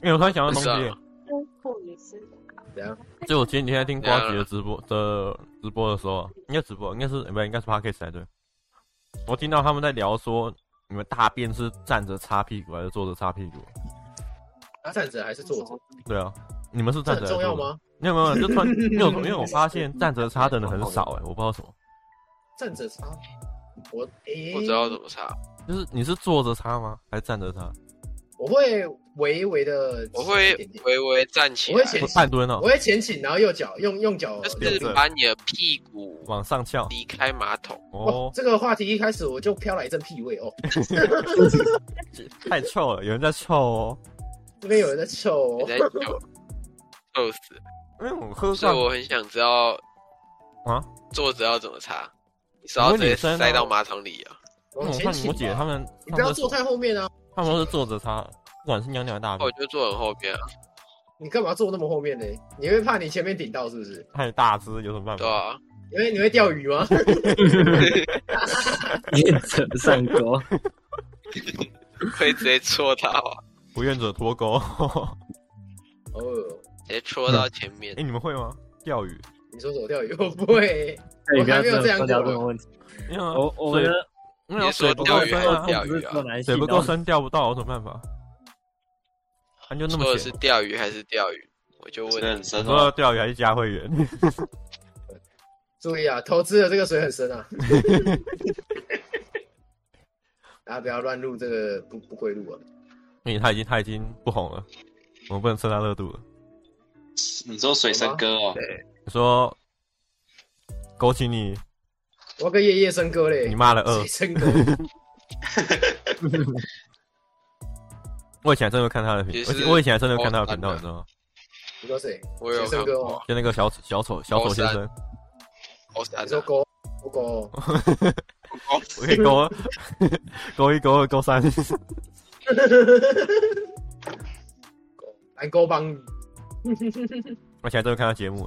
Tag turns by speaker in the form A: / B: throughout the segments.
A: 因为我突然想到东
B: 不是
A: 西
B: 啊，
C: 护理师，
B: 怎样？
A: 就我前几天听瓜姐的直播的直播的时候，应该直播，应该是不应该是 podcast 才对。我听到他们在聊说，你们大便是站着擦屁股还是坐着擦屁股？
B: 他啊站着还是坐着？
A: 对啊，你们是
B: 这
A: 站着还
B: 很
A: 是
B: 重要
A: 坐着？
B: 吗？
A: 没有没有，就 突然因为我因为我发现站着擦的人很少哎、我不知道为什么，
B: 站着擦，我诶，
D: 不知道怎么擦，
A: 就是你是坐着擦吗？还是站着擦？
B: 我会微微的，
D: 我会
B: 点点，
D: 微微站起
B: 我会
D: 来，
B: 前
A: 不
B: 倾，
A: 半蹲哦、
B: 我会前倾，然后右脚用用脚
D: 就是把你的屁股
A: 往上翘
D: 离开马桶。
B: 哦
A: 哦，，
B: 这个话题一开始我就飘来一阵屁味哦，
A: 太臭了，有人在臭哦。
B: 这边有人在臭
D: 你
B: 哦，
D: 在笑，臭死！
A: 因为我喝
D: 所以
A: 上
D: 我很想知道
A: 啊，
D: 坐着要怎么擦？你手要直接塞到马桶里啊？
A: 因为
B: 往
A: 我
B: 前
A: 看
B: 倾
A: 我姐
B: 吧。
A: 他们，
B: 你
A: 他
B: 不要
A: 们
B: 坐
A: 都
B: 太后面啊！
A: 他们都是坐着擦，不管是尿尿还是大
D: 那我
A: 便，
D: 就坐很后
A: 嗯
D: 边啊，
B: 你干嘛坐那么后面呢？你会怕你前面顶到是不是？
A: 太大只有什么办
D: 对
A: 法？
D: 啊，
B: 因为你会钓鱼吗？
E: 练者上钩，
D: 会直接戳到啊，
A: 不愿者脱钩。
B: 哦，
D: 直接戳到前面
A: 哎、。你们会吗？钓鱼？
B: 你说什么钓鱼？我不会，
E: 对，
B: 我
E: 不要
B: 还没有
E: 这
B: 这样
E: 么聊
B: 过
E: 这种问题。
A: 因为
E: 我我
A: 水
E: 们的
A: 因为
D: 哦你说
A: 啊水不够
D: 钓鱼
A: 深啊
D: 还是钓，
E: 控制是做男性
A: 水
E: 啊
A: 不够，深钓不到，有什么办法？啊，你就那
D: 说
A: 么
D: 的是
A: 浅。
D: 钓鱼还是钓鱼？我就问
F: 水很
D: 你，
F: 深
A: 你
F: 哦
A: 说，钓鱼还是加会员？
B: 注意啊，投资的这个水很深 啊！大家不要乱入这个不不归路啊！
A: 因为他已经他已经不红了，我们不能蹭他热度了。
F: 你说水深哥哦，
A: 你说勾起你，
B: 我要跟夜夜笙歌嘞，
A: 你呃骂了
B: 谁
A: 二。
B: 笙歌？
A: 我以前还真的看他的频
D: 其，
A: 而
D: 实
A: 且我以前还真的看他的频道，
D: 高
A: 你知
D: 三的
A: 道吗？
B: 你说谁？
D: 我
B: 谁
D: 有
B: 笙
D: 看
B: 歌
D: 过
B: 哦？
A: 就那个小丑小丑小丑先生，
D: 高三
B: 你说
D: 的，
B: 勾勾勾哦？
A: 我可以勾啊 勾一勾二勾三，
B: 来勾帮你，
A: 哦我以前还真的看他节目，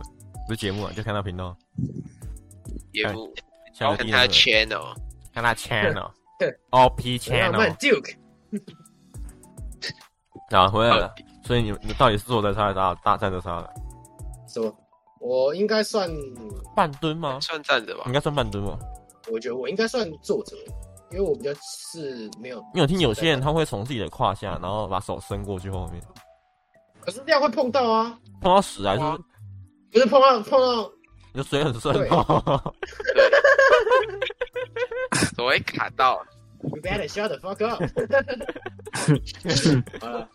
A: 不是节目啊，就看他频道，
D: 节目，
A: 哎像我
D: 看
A: 弟
D: 他
A: 那
D: 的
A: 个
D: channel，
A: 看他哦 channel
B: 对
A: OP
B: 浪漫
A: channel，
B: Duke，
A: 啊，回来
D: 到
A: 了。
D: 底
A: 所以你你到底是坐在他的大大站着他的
B: 什么？我应该算，
A: 半蹲吗？
D: 算站着吧
A: 应？该算半蹲吧，
B: 我觉得我应该算作者，因为我比较是没有。
A: 因为我听有些人他会从自己的胯下，然后把手伸过去后面，
B: 可是这样会碰到啊，
A: 碰到屎还是
D: 哇
B: 不是碰到碰到
A: 你的水很顺哦。
D: 怎么会卡到？
B: You better shut the fuck up。好了，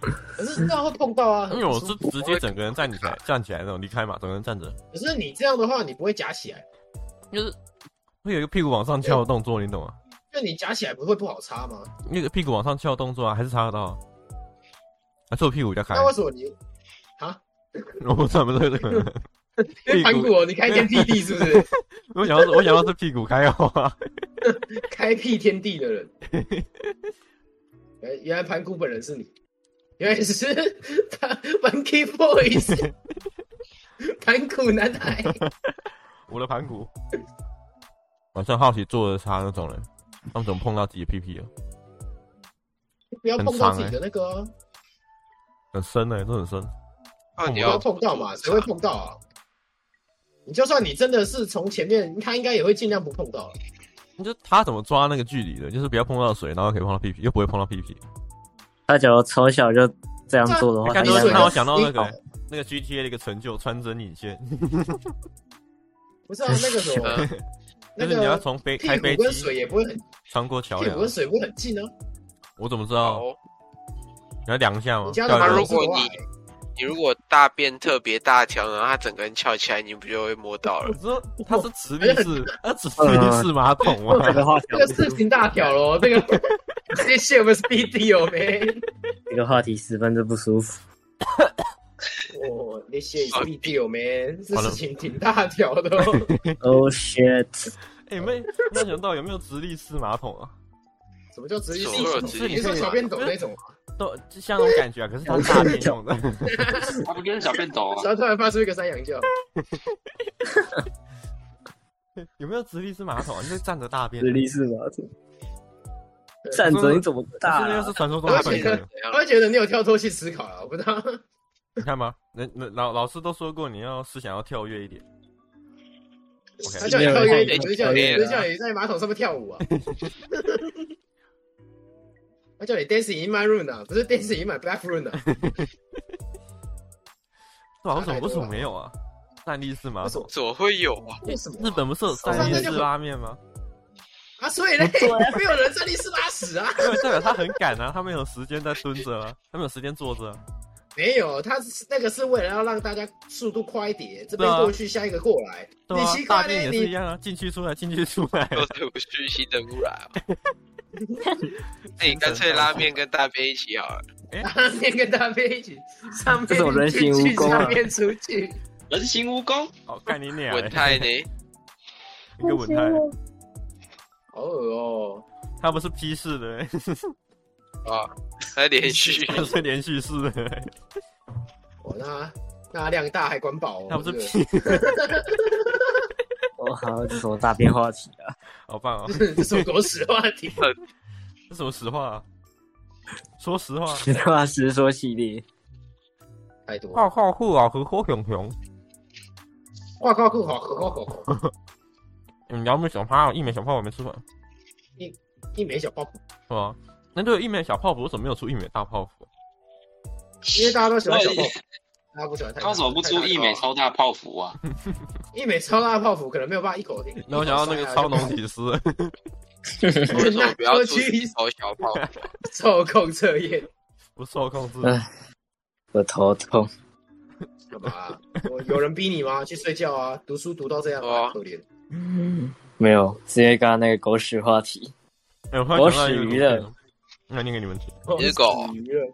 B: 可是这样会碰到啊。
A: 因为我是直接整个人站起来，站起来那种离开嘛，整个人站着，
B: 可是你这样的话，你不会夹起来，
A: 就是会有一个屁股往上翘的动作，你懂吗？
B: 就你夹起来不会不好擦吗？
A: 那个屁股往上翘的动作啊，还是查得到啊。还是我屁股比较开
B: 那，为什么 你
A: 我不知道有没有这个可能。
B: 因为盘古哦，你开天辟地是 不是？
A: 我想到是，我想到是屁股开花、
B: 开辟天地的 人，原原来盘古本人是你，原来是 Monkey Boys，盘古男孩。
A: 我的盘骨。晚上好奇坐着擦那种人，他们怎么碰到自己的屁屁啊了？
B: 不要碰到自己的那个啊、
A: 欸很深呢、欸，这很深。
D: 哦，你
B: 不
D: 要
B: 要碰到嘛，谁会碰到啊？你就算你真的是从前面，他应该也会尽量不碰到。啊
A: 你就他怎么抓那个距离的？就是不要碰到水，然后可以碰到屁屁，又不会碰到屁屁。他
E: 他假如从小就这样做的话，
A: 感
E: 他
A: 觉
E: 应该
B: 水
E: 没
A: 让
E: 有
A: 我想到那
B: 哦你
A: 个那个 GTA 的一个成就，穿针引线，
B: 不是啊，那个什么，
D: 呃
A: 就
B: 那
A: 是你要
B: 个
A: 从飞
B: 屁
A: 开飞
B: 股跟水
A: 机
B: 也不会很，
A: 穿过桥
B: 屁
A: 梁
B: 股。跟水不会很近啊。
A: 我怎么知道？
D: 好
A: 你要量一下吗？
B: 你家的
A: 掉一个
D: 那哦啊
B: 马
D: 如
B: 桶
A: 东
B: 是
A: 西
D: 果
B: 多矮？啊
D: 你如果大便特别大条，然后它整个人翘起来，你不就会摸到
A: 我
D: 了？
A: 说它是磁力 式，它是磁力式马桶啊吗？
E: 这个话题
B: 这，个事情大条咯，这个 谢谢我们 Speedy 哦，man。
E: 这个话题十分之不舒服。
B: 哦，那些 Speedy 哦，man，这事情挺大条的 哦。
E: Oh shit！
A: 哎、没没想到有没有直立式马桶啊？
B: 什么叫直立式
D: 所有
B: 马桶？
D: 直
A: 立
B: 你说小便斗那种啊？
A: 都就像那种感觉啊，可是它是大便用的，
F: 他不就是小便斗啊？
B: 然后突然发出一个山羊叫，
A: 有没有直立式马桶啊？就是站着大便
E: 直，立式马桶，站着你怎么大
A: 这
E: 啊
A: 就是传说中的
D: 大
A: 笨
D: 便
B: 而
A: 蛋
B: 且。我会觉得你有跳脱性思考了，我不知道。
A: 你看吧，那那老老师都说过，你要思想要跳跃一点。
B: 他
A: OK，
B: 叫你跳跃一点，
D: 没
B: 不
D: 有
B: 是叫你，
D: 没有
B: 不是叫你在马桶上面跳舞啊。 他叫你 dancing in my room 啊，不是 dancing in my black room 啊。
A: 对啊，为什么为什么没有啊？站立式马桶，
D: 怎么会有啊？
B: 为什么啊？
A: 日本不是有站立式拉面吗？
B: 啊，所以嘞，没有人站立是拉屎啊。
A: 因为代表他很赶啊，他没有时间在蹲着啊，他没有时间坐着啊。
B: 没有，他是那个是为了要让大家速度快一点，这边
A: 对啊
B: 过去，下一个过来。
A: 对啊
B: 你奇，
A: 大
B: 怪
A: 便
B: 嘞，
A: 也是一
B: 你
A: 样啊，进去出来，进去出来。
D: 都对不虚心的污染、啊。那你干脆拉面跟大便一起好了。
B: 拉面跟大便一起， 上
E: 这种
B: 面
E: 人
B: 进
E: 形
B: 去，
E: 蜈蚣啊
B: 下面出去。
F: 人形蜈蚣，
A: 好，干你俩
D: 稳
A: 嘞！
D: 态呢？
A: 一个稳态，
B: 好恶哦、
A: 他不是批式的欸，
D: 啊，还连续。
A: 他是连续式的欸，
B: 哦，那那量大还管饱哦，
A: 他不是
B: 这个
A: 批，
E: 哦，好，这什么大变话题啊？
A: 好棒哦！
B: 这是狗屎话题。
A: 这什么实话啊？说实话，啊
E: 实话实说系列，
B: 太多了
A: 泡泡裤啊和郭熊熊，
B: 挂靠裤好，好好好好，
A: 你聊没嗯小泡，一枚小泡我没吃饭，
B: 一枚小泡芙，
A: 是吧？那对一枚小泡芙，为什么没有出一枚大泡芙？
B: 因为大家都喜欢小泡芙，大家不喜欢太大。
F: 哎他为什么不出一美
B: 超
F: 超大泡芙啊？
B: 一美超大的泡芙，可能没有办法一口顶。
A: 那我想要那个超 浓体师，
D: 为什么不要出
B: 我去
D: 一头小泡？
B: 受控测验，
A: 不受控制。
E: 哎我头痛。
B: 干嘛啊、我有人逼你吗？去睡觉啊，读书读到这样
D: 哦
B: 啊，可怜。
E: 没有，是因为刚刚那个狗屎话题。
A: 哎我突然想到一个
E: 我死鱼了
A: 东西，嗯那念给你们听。
D: 你是狗
B: 死鱼了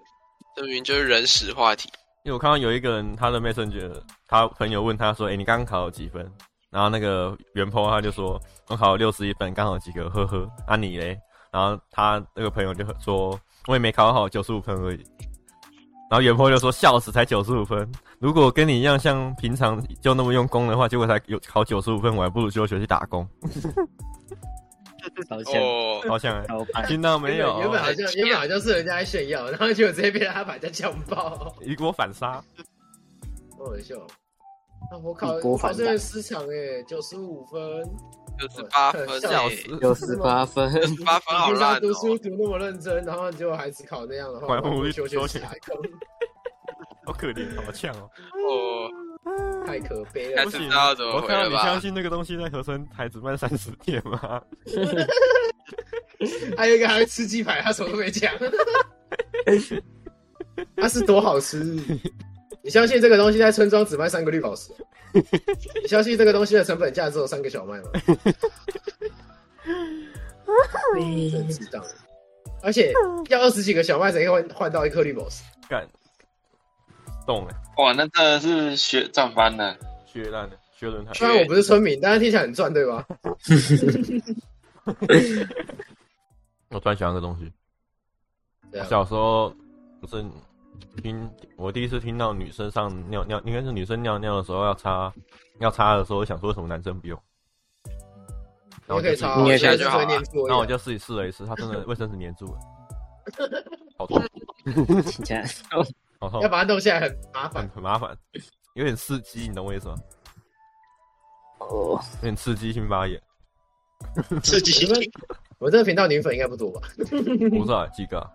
D: 这明明就是人屎话题。
A: 因为我看到有一个人，他的 Messenger，他朋友问他说：“哎、你刚刚考了几分？”然后那个原 po 他就说：“我考了六十一分，刚好及格，呵呵。”啊你嘞？然后他那个朋友就说：“我也没考好，九十五分而已。”然后原 po 就说：“笑死，才九十五分！如果跟你一样像平常就那么用功的话，结果才有考九十五分，我还不如休学去打工。
E: 好像
D: 哦，
A: 好 像、欸，
E: 超派，
A: 听到没
B: 原本原
A: 有？
B: 本好
D: 哎
B: 像原本好像是人家在炫耀，然后结果直接被他把人家呛爆，
A: 一锅反杀，
B: 好好笑。哦啊、我考
E: 一波
B: 我
E: 反
B: 考
E: 弹
B: 这个市场哎，九十五分，
D: 六十八分
A: 笑
D: 欸，
A: 死！
E: 六十八分，
D: 六十八分好
B: 平
D: 烂
B: 常读书
D: 哦。
B: 读那么认真，然后结果还只考那样的话，
A: 管不
B: 我
A: 住
B: 休学
A: 收起
B: 起
A: 来
B: 来，更
A: 好可怜，好呛哦！
D: 哦，
B: 太可悲
D: 下
B: 了
A: 不。
D: 次
A: 行
D: 知道怎么
A: 我
D: 回
A: 看到
D: 了
A: 你相
D: 吧？
A: 信那个东西在合成台只卖三十天吗？
B: 还有一个还会吃鸡排，他什么都没 讲，他是多好吃。你相信这个东西在村庄只卖三个绿宝石？你相信这个东西的成本价只有三个小 麦吗？真值当。而且要二十几个小麦才可以换换到一颗绿宝石，
A: 干，懂了，
F: 哇，那真的是学赚翻了。
A: 削烂了，削轮胎。
B: 虽然我不是村民，但是听起来很赚，对吧？
A: 我突然想到个东西，
B: 对
A: 我
B: 啊，
A: 小时候不是听我第一次听到女生上尿尿，应该是女生尿尿的时候要擦，要擦的时候想说为什么男生不用，然后
B: 我
A: 我
B: 可以
A: 就
B: 查
A: 自己
B: 哦，
E: 你也
B: 现
E: 可
B: 在
E: 以
B: 就会念错。
A: 然后我就自己试了一次，它真的卫生纸粘住 了，好痛，
E: 听起来
A: 好痛
B: 要，把它弄下来很麻
A: 很
B: 烦。
A: 很麻烦，有点刺激，你懂我意思吗？
E: 哦，
A: 有点刺激性发 炎，
F: 刺激
B: 你们，我这个频道女粉应该不多吧？
A: 不知道几个啊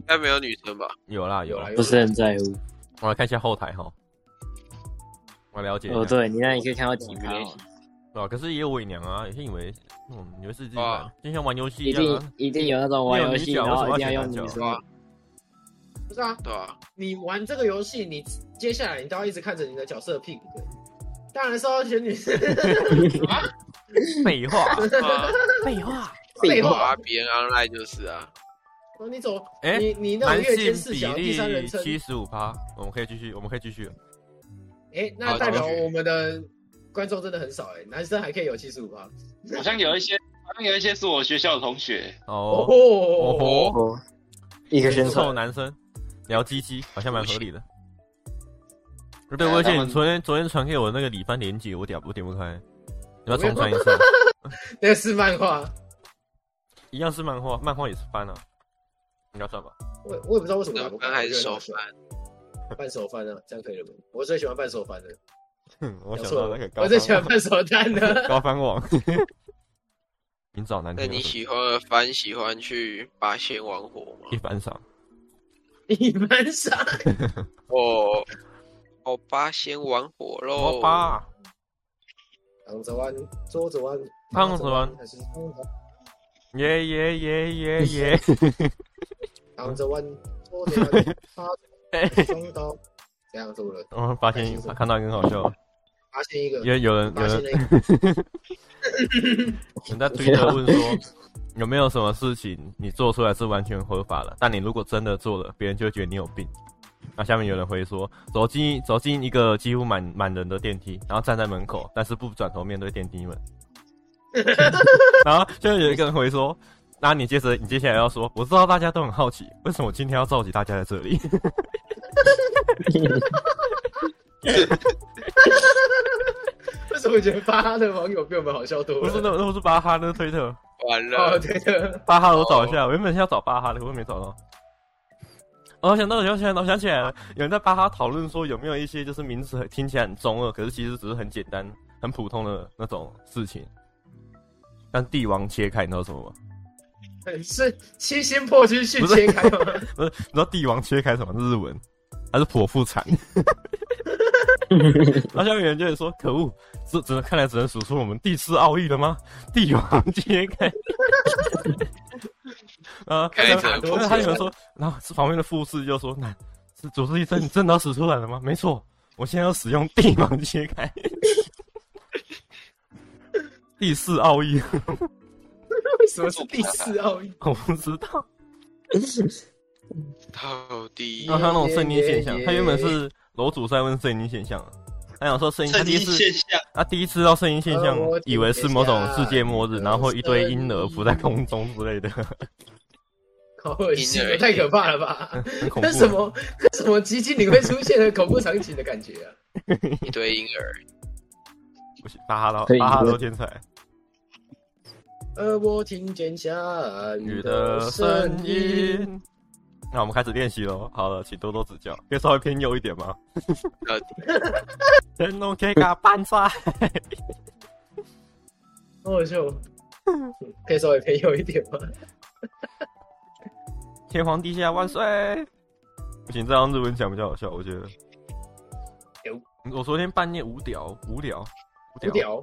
D: 应该没有女生吧？
A: 有啦有啦，啊
B: 啊
E: 不是很在乎。
A: 我来看一下后台哈，我了解一下。
E: 哦，对，你那你可以看到几趴哦，
A: 对啊，可是也有伪娘啊，也是以为嗯，以为是自己
D: 哇
B: 哦
A: 玩，就像玩游戏一
E: 一
A: 样
E: 定
A: 啊。
E: 一定有那种玩游戏，
A: 没有女角
E: 然后一定
A: 为什么要
E: 要
A: 选
E: 用女
A: 男角
E: 生
D: 对啊，
B: 不是啊，
D: 对 啊，
B: 你玩这个游戏，你接下来你都要一直看着你的角色的屁股的。当然是要选女生，
A: 废话，
D: 啊，
A: 废话。
B: 废
D: 我
B: 话
D: 啊，，别人 online 就是啊，
B: 你走，
A: 哎
B: 你你那
A: 男
B: 种越
A: 性
B: 肩视
A: 比
B: 角第三人
A: 例
B: 称，
A: 七十五趴，我们可以继续，我们可以继续。
B: 哎、那
F: 好
B: 代表
F: 继续
B: 我们的观众真的很少哎、男生还可以有七十五趴
F: 好像有一些，好像有一些是我学校的同学，
A: 哦，
B: 哦，
A: 哦
E: 哦，一个宣
A: 吼，
E: 传
A: 臭男生聊鸡鸡好像蛮合理的。对，
F: 哎
A: 我而且
F: 他
A: 你
F: 们
A: 昨天昨天传给我那个李帆连接，我点我点不开，你要
B: 我没
A: 重
B: 有
A: 传一次啊。
B: 那个是漫画，
A: 一一样是漫画，漫画也是翻啊，应该算吧。
B: 我也我也不知道为什么
D: 手翻还是手
B: 翻，半手翻啊，这样可以了吗？我最喜欢半手翻的，
A: 哼我
B: 讲
A: 想
B: 错
A: 到
B: 了
A: 那个高
B: 我最喜
A: 翻
B: 欢半手 蛋的。
A: 高翻网，明早难听有
D: 那
A: 什么。
D: 你喜欢的番喜欢去八仙玩火
A: 一
D: 吗？
A: 番赏？
B: 你们 傻，
D: 哦，哦，八仙玩火
A: 我
D: 喽！
A: 哦八
B: 躺着弯，坐着弯，
A: 躺着弯
B: 还是躺着
A: 耶耶耶耶耶！
B: 躺着弯，坐着弯，趴着双刀，这样做了，
A: 我们发现啊看到一个很好笑，
B: 发现一个，
A: 因为有人有
B: 发现
A: 人
B: 了一个，
A: 人在推特问说，有没有什么事情你做出来是完全合法的，但你如果真的做了，别人就会觉得你有病。那下面有人回说，走进走进一个几乎满满人的电梯，然后站在门口，但是不转头面对电梯门。 然后就有一个人回说，那你接着你接下来要说，我知道大家都很好奇，为什么我今天要召集大家在这里？
B: 为什么觉得巴哈的网友比我们好笑多
A: 不
B: 了？
A: 是啊那那不是巴哈那是推特，
D: 完
B: 哦，
D: 了，
B: 对的，
A: 巴哈我找一下，我原本是要找巴哈的，我没找到。哦，我想到了，想起来了，我想起来了，有人在巴哈讨论说有没有一些就是名词很听起来很中二，可是其实只是很简单、很普通的那种事情。像帝王切开，你知道什么吗？
B: 是七星破军训
A: 不是
B: 切开吗？
A: 不是，你知道帝王切开什么日文？它是剖腹产。那下面有人就会说：“可恶，只只能看来只能数出我们第四奥义了吗？帝王切开。啊，
D: 开
A: 那
D: 始
A: 那他有人说，然后旁边的护士就说：“那是主治医生，你真的要使出来了吗？没错，我现在要使用帝王切开，第四奥义，
B: 为什么是第四奥义？
A: 我不知道。”
D: 到底
A: 然后还有那种圣婴现象
B: 耶耶，耶
A: 他原本是楼主在问圣婴现象，他想说圣婴，他
F: 趁
A: 第
F: 机
A: 一次
F: 现象，
A: 他第一次到圣婴现象
B: 呃我，
A: 以为是某种世界末
B: 等
A: 日，
B: 一下
A: 然后一堆婴儿浮在空中之类的，
B: 好恶心
D: 婴儿，
B: 太可怕了吧！
A: 很恐
B: 那什
A: 怖。
B: 么那什么极尽你会出现的恐怖场景的感觉啊？
D: 一堆婴儿，
A: 不行，巴哈
E: 可
A: 到
E: 以
A: 巴哈到天才，
B: 而呃我听见下雨
A: 雨的
B: 的声
A: 声
B: 音。
A: 音。那我们开始练习喽。好了，请多多指教。可以稍微偏右一点吗？
D: 到底
A: 天龙 K 卡半杀，
B: 好好笑哦，可以稍微偏右一点吗？
A: 天皇陛下万岁！不行，这样日文讲比较好笑，我觉得
B: 有。
A: 我昨天半夜无聊，无聊，
B: 无聊，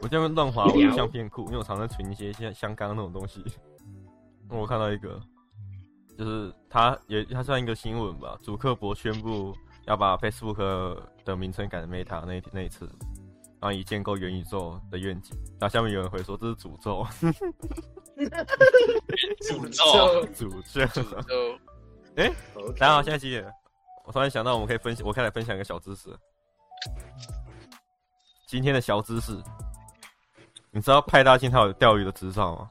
A: 我这边乱划我的相片库，因为我常常存一些像香港那种东西。我看到一个，就是他也他算一个新闻吧，祖克伯宣布要把 Facebook 的名称改成 Meta 那一那一次，然后以建构元宇宙的愿景。然后下面有人回说这是诅咒，
F: 诅咒，
A: 诅 咒。
D: 诅咒
B: 就
A: 大家好，现在几点了？我突然想到，我们可以分享，我开始分享一个小知识。今天的小知识，你知道派大星他有钓鱼的执照 吗？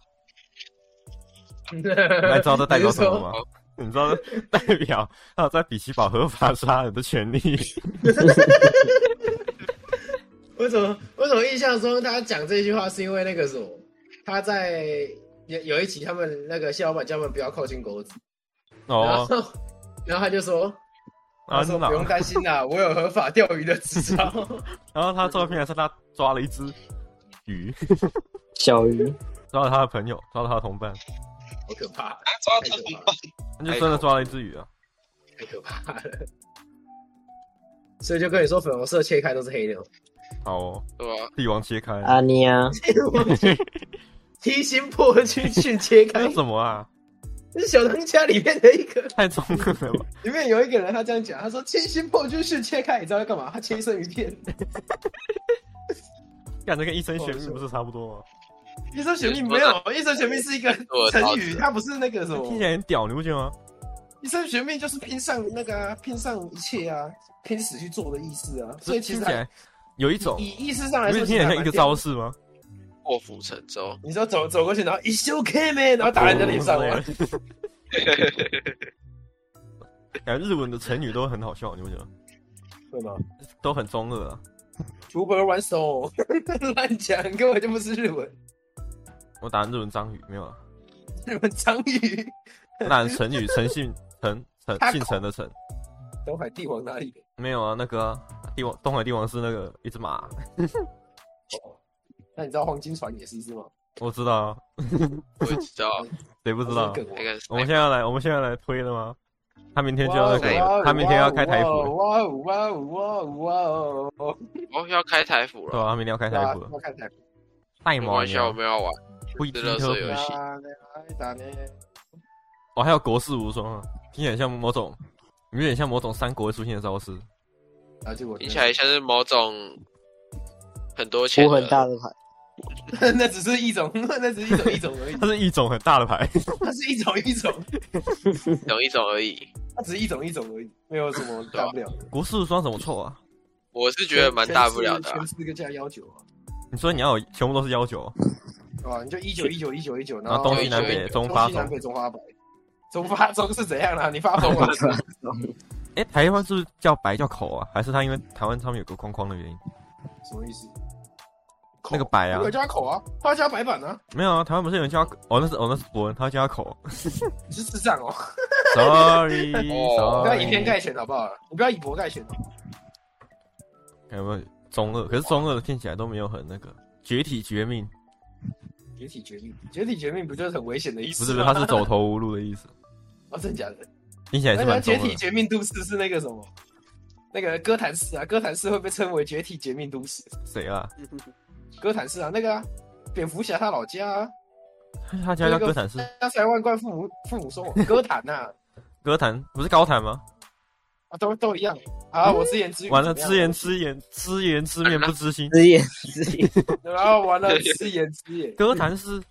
A: 你还知道这代表什么吗？你知道这代表他有在比奇堡合法杀人的权 利？
B: 为什么？为什么印象中他讲这句话是因为那个什么？他在有有一集他们那个谢老板叫他们不要靠近狗子，然
A: 哦，
B: 后 然后他就说。
A: 啊
B: 他说
A: 真的啊
B: 不用担心啦，我有合法钓鱼的执 照。
A: 然后他照片还是他抓了一只鱼，
E: 小鱼，
A: 抓了他的朋友，抓了他的同伴，
B: 好可怕，
F: 他抓他怎么办？
A: 那就真的抓了一只鱼啊！
B: 太可怕了。所以就跟你说，粉红色切开都是黑的 哦。
A: 好哦，
D: 对啊吧？
A: 帝王切开，
E: 阿啊尼 亚，
B: 提心破军去切开
A: 那是，什么啊？
B: 是小当家里面的一个，
A: 太中二了 吧！
B: 里面有一个人他这样讲，他说提心破军去切开，你知道要干嘛？他切一身鱼片，
A: 感觉跟医生玄命不是差不多吗？
B: 一生玄命没有，一生玄命是一个成语，它不是那个什
A: 听
B: 么
A: 起，来很屌，你不觉得吗？
B: 一生玄命就是拼上那个、啊、拼上一切啊，拼死去做的意思啊。所以其
A: 听
B: 实
A: 起
B: 还
A: 来有一种，
B: 以意思上
A: 你
B: 来
A: 不
B: 说，
A: 是听起来像一个
B: 招。
A: 招式吗？
D: 破釜沉舟，
B: 你说走走过去，然后哦一休 K 妹，然后打人家脸上啊吗？
A: 哦对 感觉日文的成语都很好笑，你不觉得？
B: 对 吗
A: 都很中二啊。
B: ？Uber One Stone，乱讲，根本就不是日文。
A: 我打日文章鱼没有啊，
B: 日本章 鱼，
A: 我打成语诚信诚诚姓陈的陈
B: 东海帝王哪里？
A: 没有啊，那个啊、帝王东海帝王是那个一只马，
B: 那你知道黄金船也是一只吗？
A: 我知道啊，
D: 我知 道
A: 谁不知道？啊
B: 那
D: 那个
A: 我们现在要来，我们现在来推了吗？他明天就要那
D: 哇
A: 个，他明天要开台服了，
B: 哇哦哇哦哇哦哇哦哇哦！
D: 哦要开台服
A: 对
D: 了，
A: 吧？他明天要开
B: 对啊
A: 台服了，
B: 要看台服
A: 带
D: 没
A: 毛
D: 关系啊，我
A: 鸟，
D: 们要玩，
A: 不一
D: 是
A: 定
D: 乐色游
A: 特
D: 戏，
B: 打呢打呢，
A: 哦，还有国士无双啊，听起来像某种，有点像某种三国会出现的招式。
B: 然后结果
D: 听起来像是某种很多钱
E: 出
D: 的
E: 很大的牌，
B: 那只是一种， 那只是一种一种 而已，
A: 它是一种很大的牌，
B: 它是一种一种，
D: 一种一种而已。
B: 它只是一种一种而已，没有什么大不了
D: 啊
B: 的。
A: 国士无双怎么错啊？
D: 我是觉得蛮大不了的啊、
B: 全是全是个价幺九啊，
A: 你说你要有全部都是要求，哦
B: 对吧？你就一九一九一九一九，
A: 然后
B: 后
A: 东西南
D: 有
A: 北
D: 有
A: 中
B: 中
A: 发
B: 西
A: 中
B: 南，北中发白，中发中是怎样啊啦？你发中了？
A: 哎、台湾是不是叫白叫口啊？还是他因为台湾他们有个框框的原因？
B: 什么意思？
A: 那个白啊
B: 有，加口啊，他加白板啊，
A: 没有啊，台湾不是有人叫他哦，那是哦那是伯恩，他叫他口。
B: 你是智障哦！
A: Sorry，
D: 哦
B: 不要以
A: Sorry，
B: 偏概全好不好？你不要以博概全哦。
A: 有没有中二？可是中二的听起来都没有很那个绝体绝命，
B: 绝体绝命，绝体绝命不就是很危险的意思啊
A: 不
B: 吗？
A: 是不是，他是走投无路的意思，
B: 哦，真的假的？
A: 听起来是
B: 那
A: 哎蛮中
B: 绝
A: 二
B: 体
A: 的。
B: 绝命都市是那个什么？那个哥谭市啊，哥谭市会被称为绝体绝命都市。
A: 谁啊？
B: 哥谭市啊，那个啊，蝙蝠侠他老家啊，
A: 他他家叫歌坛是
B: 家财万贯，父母父母双亡。哥谭呐，
A: 歌坛，不是高坛吗？
B: 啊，都都一样啊。我自言自语，
A: 完了，
B: 怎
A: 知
B: 么样
A: 言知言知言知面不知心。
E: 职业职业，
B: 然后啊完了，自言自语。
A: 歌坛是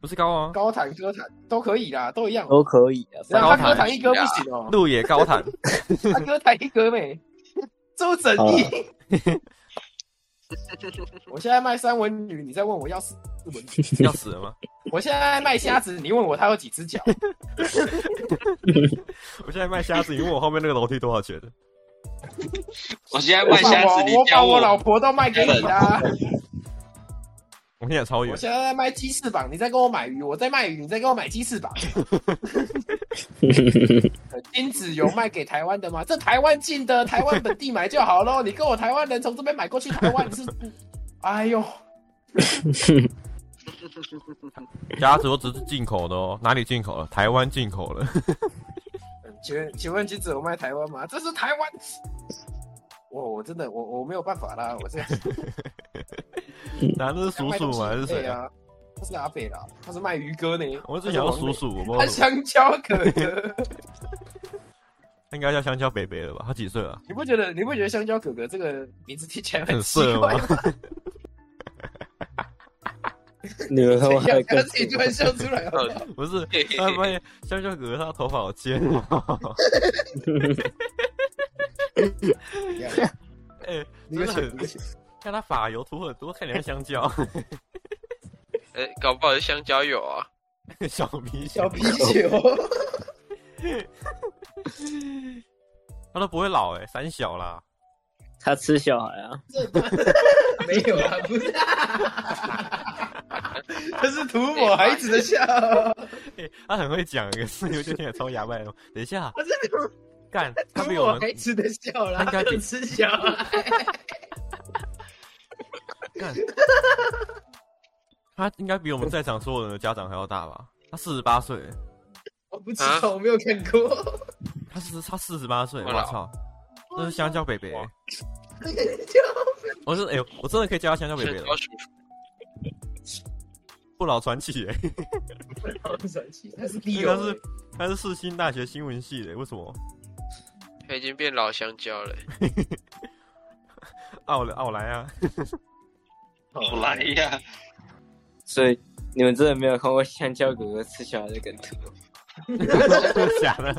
A: 不是高啊？
B: 高谈哥谈都可以啦，都一样。
E: 都可以啊，
B: 然
E: 反
B: 后
A: 哦高
B: 他
A: 谈
B: 哥谈一哥不行哦，
A: 路野高 坛，
B: 他哥谈一哥没，周正义。 我现在卖三文鱼，你再问我要四文鱼。
A: 要死了吗？
B: 我现在卖虾子，你问我它有几只脚？
A: 我现在卖虾子，你问我后面那个楼梯多少钱？
F: 我现在 卖虾子，你
B: 我把
F: 教哎
B: 我老婆都卖给你 啦。
A: 我跟你讲超远
B: 我，现在在卖鸡翅膀，你再跟我买鱼，我在卖鱼，你再跟我买鸡翅 膀。金子有卖给台湾的吗？这台湾进的，台湾本地买就好咯。你跟我台湾人从这边买过去台湾，你是， 哎呦，
A: 鸭子我只是进口的哦，哪里进口了？台湾进口 了。
B: 嗯请问请问金子有卖台湾吗？这是台湾。我我真的我我没有办法啦， 我这
A: 难道是鼠鼠吗？还是谁
B: 对
A: 啊？
B: 啊？他是阿北啦，他是卖鱼哥呢。
A: 我只想要鼠鼠，我不知道
B: 他
A: 为什么。
B: 香蕉哥 哥，
A: 他应该叫香蕉北北了吧？他几岁了？
B: 你不觉得你不觉得香蕉哥哥这个名字听起来
A: 很
B: 奇
A: 色吗
B: 怪？？
E: 女儿
B: 怎
E: 我还
B: 样
E: 有
B: 他
E: 更
B: 自己突然笑出来哦了。
A: 不 是，他发现香蕉哥哥他头发好尖哦。 哎，
B: 你个
A: 真的
B: 小
A: 很， 看他发油涂很多，看起来像香蕉，
D: 哎、搞不好是香蕉友啊，
A: 小皮
B: 小哦皮球，
A: 他都不会老哎，三小啦。
E: 他吃小孩啊，
B: 没有啊，不 是，这是涂抹孩子的笑。
A: 欸 他很会讲，可是有点听起来超牙白的。等一下，
B: 我真的
A: 干，他
B: 涂
A: 比我
B: 抹
A: 们
B: 孩子的笑
A: 他
B: 啦，
A: 应该比
B: 更吃小孩。
A: 干，他应该比我们在场所有人的家长还要大吧？他四十八岁，
B: 我不知道，我没有看过。
A: 他是他四十八岁，
D: 我
A: 我
D: 老
A: 操，那是香蕉北北欸。
B: 就
A: 我是哎呦，我真的可以叫他香蕉北
D: 香
A: 北了
D: 蕉，叔叔，
A: 不老传奇哎，
B: 好神奇，他是
A: 这
B: B
A: 个
B: 友
A: 是他是世新大学新闻系的，为什么？
D: 他已经变老香蕉了、欸
A: 奥莱奥莱啊，
F: 我来呀！
E: 所以你们真的没有看过香蕉哥哥吃小孩的梗图？
A: 真的假的？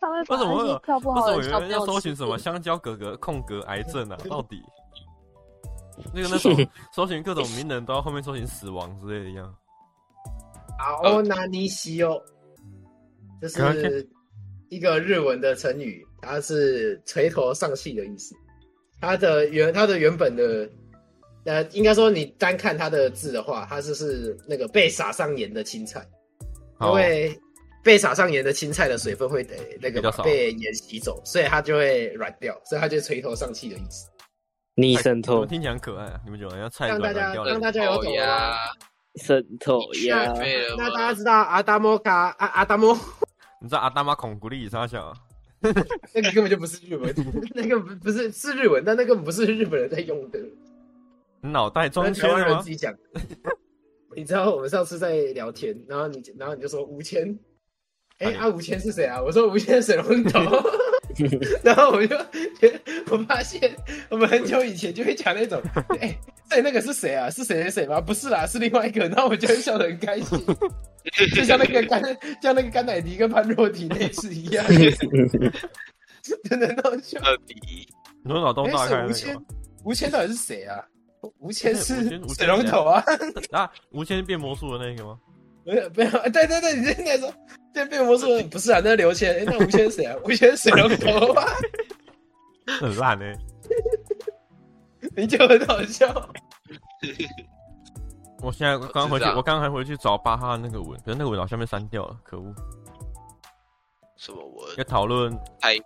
C: 他会把
A: 为什么
C: 那
A: 会有
C: 些跳不
A: 为
C: 好
A: 什么有
C: 的小朋
A: 人要
C: 友
A: 搜寻
C: 吃
A: 什么
C: 死
A: 香蕉哥哥空格癌症啊？到底那个那种搜寻各种名人都要后面搜寻死亡之类的一样。
B: 啊，
A: 哦
B: 欧纳尼西欧，这是一个日文的成语，它是垂头丧气的意思。它的原它的原本的呃，应该说你单看它的字的话，它是是那个被撒上盐的青菜，因
A: 好，
B: 为被撒上盐的青菜的水分会得那
A: 比较
B: 个
A: 少
B: 被盐洗走，所以它就会软掉，所以它就垂头丧气的意思。
E: 逆渗
A: 我
E: 透，
A: 听起来很可爱啊！你们觉得好像菜
B: 让大
A: 软
B: 家
A: 软掉
B: 让
A: 了，
B: 大家有懂
D: 哦
B: 了吗。
D: 呀，
E: 渗透呀
B: 那！
D: 废了
B: 那
D: 吗？
B: 大家知道阿达摩卡阿阿达摩
A: 你知道阿大妈孔古力啥小？
B: 那个根本就不是日文，那个不不是是日文，但那根本不是日本人在用的，
A: 你脑袋
B: 那
A: 装
B: 台
A: 缺
B: 湾
A: 了
B: 人
A: 吗
B: 自？己讲的。你知道我们上次在聊天，然后你然后你就说吴谦，哎、
A: 哎
B: 啊吴谦是谁啊？我说吴谦水龙头， 然后我就我发现我们很久以前就会讲那种，哎、在那个是谁啊？是谁谁谁吗？不是啦，是另外一个。然后我就会笑得很开心，就像那个甘像那个甘乃迪跟潘若迪那次一 样，真的很好笑。
D: 二 比一，
A: 你说脑洞
B: 哎，
A: 大开 那
B: 是吴
A: 个
B: 谦
A: 吗？，
B: 吴谦到底是谁啊？吴谦
A: 哎吴
B: 是
A: 谦吴谦
B: 水龙头啊！
A: 啊，无限变魔术的那个吗？
B: 没有没有， 对对对，你现在说对变魔术的不是啊？那是刘谦，哎，那吴谦是谁 啊？吴谦是水龙头啊！
A: 很烂哎！
B: 你就很好笑。
A: 我现在刚回去
D: 我知，道
A: 我刚还回去找巴哈那个文，可是那个文老下面删掉了，可恶！
D: 什么文？
A: 要讨论
D: 太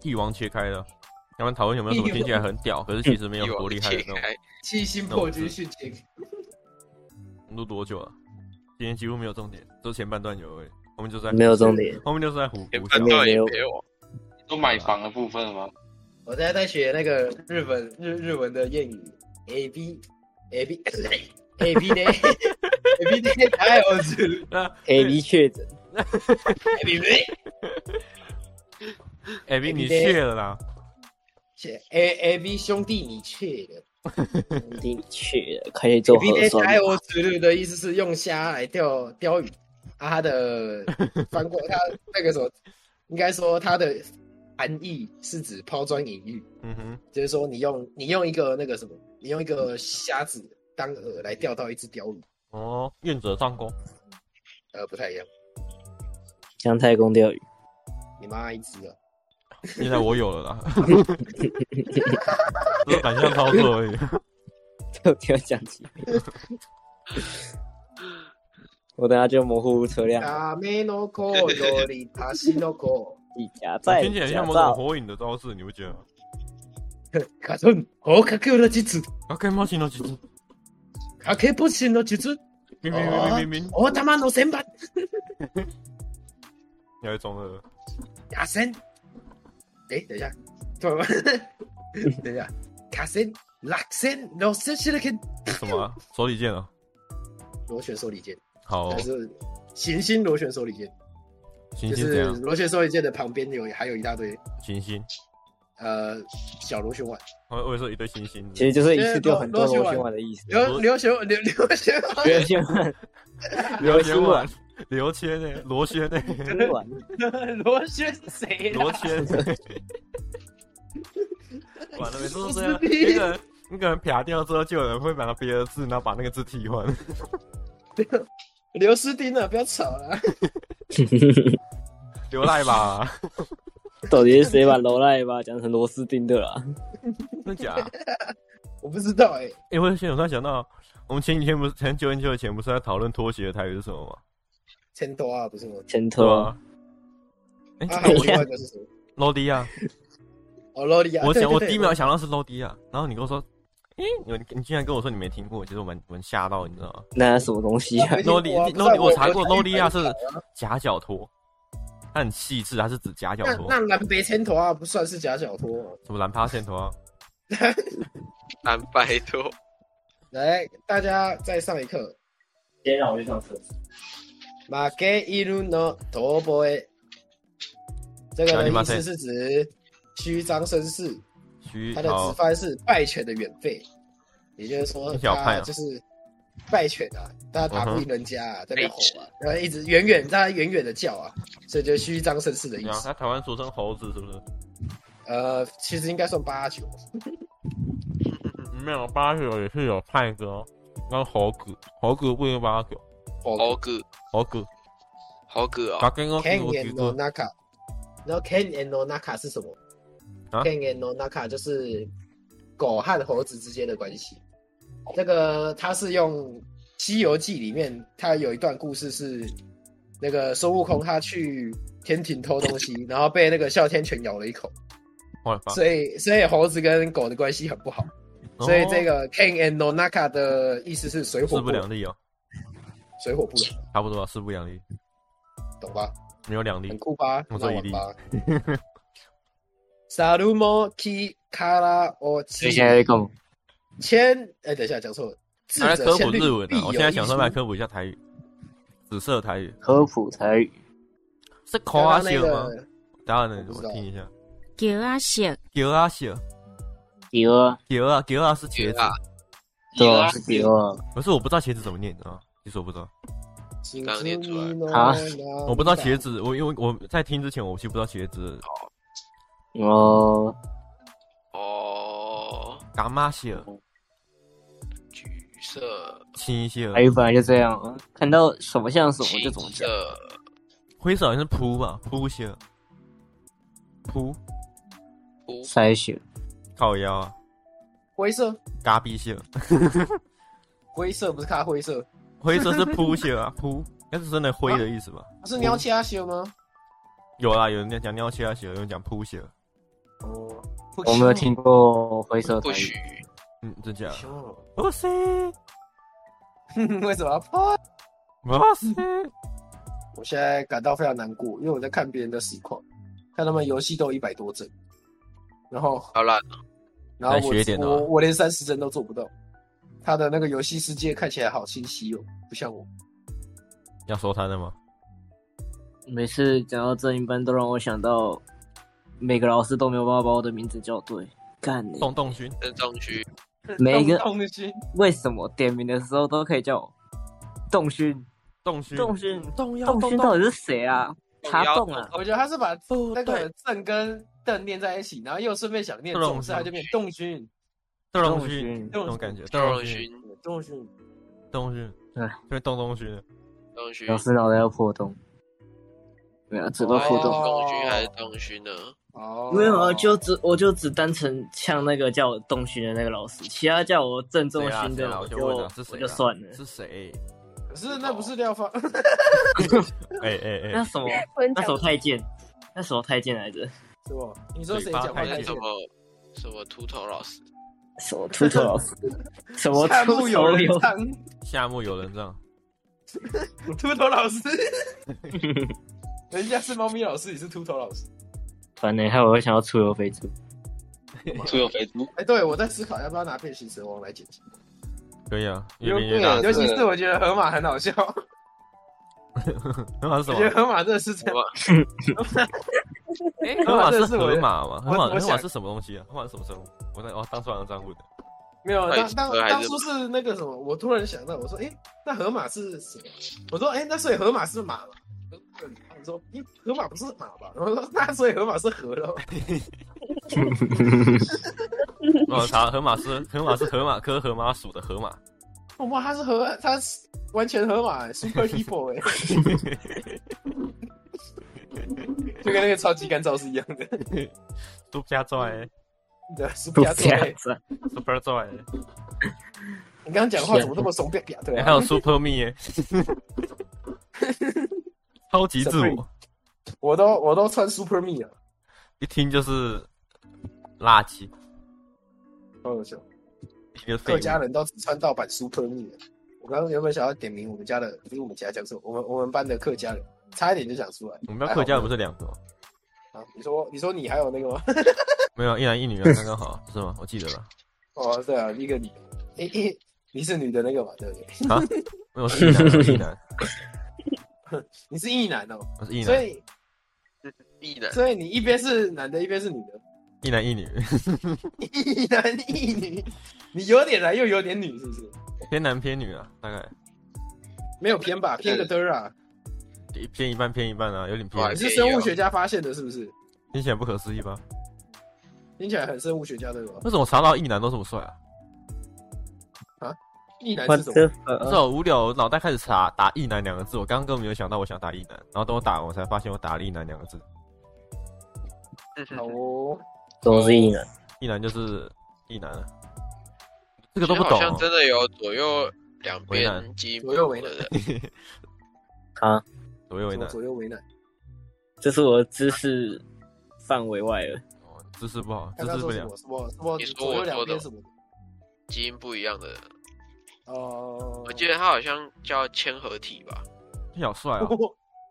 A: 帝王切开了，要不然讨论有没有什么听起来很屌，可是其实没有
D: 帝
A: 多
D: 王
A: 厉害的
D: 切
A: 那种。
D: 开，
B: 七星破军殉情，
A: 录多久啊？今天几乎没有重点，都前半段有而已。我们就在
E: 没有重点，
A: 后面就是在胡
D: 连
A: 胡
D: 判
A: 搞
D: 断
E: 没有没
D: 也
E: 有
D: 没有。
F: 都买房的部分吗？
B: 我在在学那个日本日日文的谚语，A B A B A B 呢？A B 呢？哎还有是
E: A B 确诊，
B: A B 呢？
A: 哎，比你谢了啦！
B: A A B 兄弟，你去了。
E: 一定去了，可以做
B: A B
E: 核
B: D
E: 酸
B: 还。有指路的意思是用虾来钓钓鱼，啊，它的翻过它那个什么，应该说它的含义是指抛砖引玉，
A: 嗯哼，
B: 就是说你用你用一个那个什么，你用一个虾子当饵来钓到一只鲷鱼，
A: 哦，愿者上钩。
B: 呃，不太一样，
E: 姜太公钓鱼，
B: 你妈一只啊，
A: 现在我有了 啦，这是反向操作而已。
E: 特别讲几遍。嗯我等下就模糊车辆，
B: 阿美诺科罗里塔西诺科，
E: 一家在
A: 啊听起来
E: 驾
A: 像某种
E: 照，
A: 火影的招式，你不觉得吗？
B: 卡顿好卡克的几只，
A: 啊，可以冒险了几只，
B: 卡克不行的几只，
A: 明明明明明明，
B: 我他妈诺神版
A: 你还中二，
B: 卡森，哎，等一下，突然， 等一下，卡森、拉森、老森、西勒肯，
A: 什么啊手里剑啊？
B: 螺旋手里剑，
A: 好
B: 还，是行星螺旋手里剑，
A: 行
B: 就
A: 星怎
B: 是
A: 样？
B: 螺旋手里剑的旁边有还有一大堆
A: 行星，
B: 呃小螺旋丸，
A: 我我也说一堆行星，
E: 其实就是一次钓很多
B: 螺旋
E: 螺
B: 丸
E: 旋丸的意思。
B: 流流旋流流旋 丸，
E: 螺旋丸，
A: 刘
E: 流
A: 千
E: 星
A: 万
E: 丸，
A: 刘谦呢？罗轩 呢？
E: 丸，
B: 螺旋是谁
A: 罗
B: 啦？
A: 谦，完了，每次都这样，
B: 不是你
A: 一个人一个人撇掉之后，就有人会把别的字，然后把那个字替换。
B: 刘斯丁啊，不要吵了，
A: 刘赖吧？
E: 到底是谁把楼赖吧讲成螺丝钉的啊啦？
A: 真假？
B: 我不知道哎，
A: 哎，我现在突然想到，我们前几天不是很久很久以前不是在讨论拖鞋的台语是什么吗？
B: 千多啊，不是吗？
E: 前
A: 对啊
E: 头
A: 吧？哎，
B: 啊，还有另外一个是什么？
A: 罗迪亚，
B: 哦，洛丽亚，
A: 啊我
B: 对
A: 想我
B: 对对
A: 第一秒想到是 l o d 啊，然后你跟我说，诶、你你竟然跟我说你没听过，其实我蛮蛮吓到，你知道吗
E: 那什么东西啊？
B: 没听
A: ？l
B: 过
A: o
B: 啊
A: d
B: 不是啊
A: l o d 我查过
B: 我
A: l o d 啊是夹脚拖，它很细致，它是指夹脚
B: 那
A: 拖
B: 那，南北千头啊，不算是假小托哦。
A: 什么蓝趴线拖啊，
D: 南白托，
B: 来，大家再上一课。
E: 先让我去上厕所。
B: 马给伊鲁诺托波诶，这个的意思是指虚张声势，
A: 虚
B: 它的
A: 好
B: 直翻是败犬的远吠，也就是说
A: 你小看啊
B: 它就是败犬啊，大家打不赢人家啊，在那边吼
D: 哎
A: 嗯
B: 啊，然后一直远远大家远远的叫啊，所以就虚张声势的
A: 怎
B: 意
A: 样？
B: 思。
A: 啊它台湾俗称猴子是不是？
B: 呃，其实应该算八九，
A: 没有八九也是有派哥，那猴子猴子不是八九，
D: 好
B: 哦
D: 哥，
A: 猴子
D: 好哥
A: 他
D: 啊！
A: 刚刚
B: ，Ken
A: 我提
B: and no
A: 过，
B: Naka，然后 Ken and no Naka 是什么
A: 啊
B: ？Ken and no Naka 就是狗和猴子之间的关系。这个他是用《西游记》里面，他有一段故事是那个孙悟空他去天庭偷东西，然后被那个哮天犬咬了一口，
A: 我的妈！
B: 所以所以猴子跟狗的关系很不好。
A: 哦
B: 所以这
A: 个
B: 个 Ken and Nonaka 的意思是水火
A: 势
B: 不
A: 不两
B: 容，
A: 立哦，
B: 水火不容，
A: 差不多啊，势不两立，
B: 懂吧？
A: 没有两立
B: 很，酷吧？
A: 我
B: 那
A: 做一
B: 玩
A: 例
B: 吧。 萨鲁莫基卡拉哦，
E: 所以现在干嘛？
B: 千哎，等一下讲错了，智
A: 他在
B: 者
A: 科
B: 千
A: 普
B: 虑
A: 日文
B: 必
A: 啊，我
B: 有
A: 现在
B: 一
A: 想说来
B: 疏
A: 科普一下台语，紫色台语
E: 科普台语，
A: 是口
B: 刚
A: 阿
B: 刚啊那
A: 写吗？
B: 个
A: 等下呢
B: 我，不
A: 我
B: 知道
A: 听一下，
C: 叫啊小，
A: 狗阿写，
E: 丢啊，
A: 狗啊狗啊是茄
D: 啊
A: 子，，
E: 对
F: 有
E: 啊，
F: 啊
E: 是丢啊，
A: 可是我不知道茄子怎么念啊，其实我不知道，
B: 请
D: 刚念出来
B: 注意哦
E: 啊
B: 诺
A: 我不知道
B: 纳
A: 茄子，我因为我在听之前我其实不知道茄子，
E: 哦，
D: 哦，
A: 嘎嘛写，
D: 橘色，
A: 青写，
E: 台语本来就这样啊，看到什么像什么就
D: 青
E: 怎么讲。
D: 色，
A: 灰色好像是扑吧，扑写，扑
D: 不
E: 筛选，
A: 靠腰啊，
B: 灰色，
A: 嘎逼写，
B: 灰色不是咖灰色，
A: 灰色是扑写 啊，扑，那是真的灰的意思吧？
B: 是啊喵七阿修吗？
A: 有啦，有人讲尿切啊写，有人讲扑写，
B: 哦，
E: 我没有听过灰色台
D: 不
E: 语
D: 许，
A: 嗯，真假的？
B: 哦。
A: 哇塞，
B: 为什么要破？
A: 哇塞，
B: 我现在感到非常难过，因为我在看别人的实况，看他们游戏都有一百多帧，然后
D: 好了，
B: 然后
A: 来
B: 我
A: 学一点啊
B: 我我连三十帧都做不到，他的那个游戏世界看起来好清晰哦，不像我。
A: 要收摊了吗？
E: 每次讲到这一般都让我想到，每个老师都没有办法把我的名字叫对，干你！
A: 洞洞勋，
D: 郑中区，
E: 每一个
B: 动心，
E: 为什么点名的时候都可以叫我洞勋？
A: 洞勋，
E: 洞勋，
A: 洞
E: 洞勋到底是谁啊？查洞啊！
B: 我觉得他是把
A: 哦
B: 那
A: 对
B: 个正跟邓念在一起，然后又顺便想念
A: 动
B: 仲，所以他就变洞勋。
A: 邓
E: 洞
A: 荣勋，
E: 勋，
A: 这种感觉，
D: 郑
A: 邓
D: 荣
A: 荣勋，
D: 勋，
B: 洞勋，
A: 邓荣勋，
E: 对，
A: 就是邓东勋，
D: 郑中勋，
E: 老师脑袋要破洞，没有，嘴啊巴破洞。
D: 中勋还是洞勋呢？
B: 哦，
E: 没有啊，就只我就只单纯像那个叫我洞勋的那个老师，其他叫我郑重
A: 谁啊
E: 勋
A: 谁
E: 的
A: 啊我
E: 我
A: 就
E: 就
A: 问啊
E: 我
A: 是谁啊
E: 就算了。
A: 是谁？
B: 可是那不是廖芳，
A: 哎哎
E: 那
A: 哎，
E: 什么？
C: 混
E: 那什么太监？那什么太监来着？
B: 是不？你说谁
A: 嘴巴
B: 讲话
A: 太
D: 还
B: 太
D: 是什
B: 贱？
D: 么什么秃头老师？
E: 什么秃头 老师？什么
B: 夏
E: 秃
B: 目友
E: 头
B: 人
E: 流？
B: 帐，
A: 夏目友人帐，
B: 秃头老 师，人家是猫咪老师，你是秃头老师。
E: 烦呢，害我又想要出游飞猪。
F: 出有肥猪，
B: 哎，对我在思考要不要拿变形蛇王来剪辑，
A: 可以啊，有
F: 有
A: 点有
F: 对啊
A: 点
B: 尤其是我觉得河马很好笑，
A: 大，河马是什
B: 我觉得
A: 么？
B: 河马真的是 这样。哎，河
A: 河马是
B: 真的是我
A: 河马吗？河马
B: 我怎么
A: 河
B: 想
A: 马是什么东西啊？河马是什么生物？我在哦，当初好像这样问的，
B: 没有，
D: 快
B: 当当
D: 车还是
B: 当初是那个什么，我突然想到，我说，哎、那河马是谁？我说，哎、那所以河马是马嘛？我说，咦，河马不是马吧？我说，那所以河马是河喽。
A: 我哦查河马是河马是河马科河马属的河马，
B: 我妈，他是河，他是完全河马、Super Hero 哎、就跟那个超级干燥是一样的，
A: 都加拽
B: 对，Super 啊 Hero。
E: 子，
A: ，super 拽，
B: 啊你刚刚讲话怎么那么怂别别？对
A: 哎还
B: 啊，
A: 有 super me，耶 超级自我
B: Supreme。我都我都穿 Super Me 了，
A: 一听就是垃圾，
B: 好搞笑。
A: 一个废
B: 客家
A: 物。
B: 人都只穿盗版 Super Me。我刚刚原本想要点名我们家的，不是我们家讲错，我们我们班的客家人，差一点就讲出来。
A: 我们家客家人不
B: 是
A: 是两 个吗？
B: 啊？你说你说你还有那个吗？
A: 没有，一男一女啊，刚刚好，是吗？我记得了。
B: 哦，对啊，一个你，诶、诶、你是女的那个嘛，对不对？
A: 啊，没有，我是一男，我是一男，
B: 你是异男哦，
A: 我是一
B: 所
A: 男，
B: 以
D: 异男，
B: 所以你一边是男的，一边是女的，
A: 一男一女，
B: 一男一女，你有点男又有点女，是不是？
A: 偏男偏女啊，大概
B: 没有偏
A: 呃
B: 吧，偏个嘚儿啊！
A: 一偏一半偏一半啊，有点
D: 哇
A: 偏
B: 你，是生物学家发现的，是不是？
A: 听起来不可思议吧？
B: 听起来很生物学家对吧？
A: 为什么查到一男都这么帅啊？
B: 异男
E: 我
B: 是什么？
E: 的
A: 这好无聊，我脑袋开始查打“一男”两个字，我刚刚根本没有想到我想打一男，然后等我打完我才发现我打了“一男”两个字，
B: 好哦，
E: 总是一男，
A: 一男就是一男啊，这个都不
D: 好
A: 懂、
D: 像
A: 哦。
D: 真的有左右两
A: 为难
D: 边基
B: 左右为难
D: 的人，
E: 啊，
A: 左右为
B: 怎么
A: 难，
B: 左右为难？
E: 这是我的知识范围外了。
A: 哦知识不好，知
B: 刚刚
A: 识不
B: 说什
A: 良。
B: 么什么什么
D: 你说
B: 左右
D: 我
B: 两
D: 说的
B: 边
D: 吗
B: 什么的？
D: 基因不一样的人。
B: 哦，
D: 我记得他好像叫嵌合体吧，
A: 你好帅哦！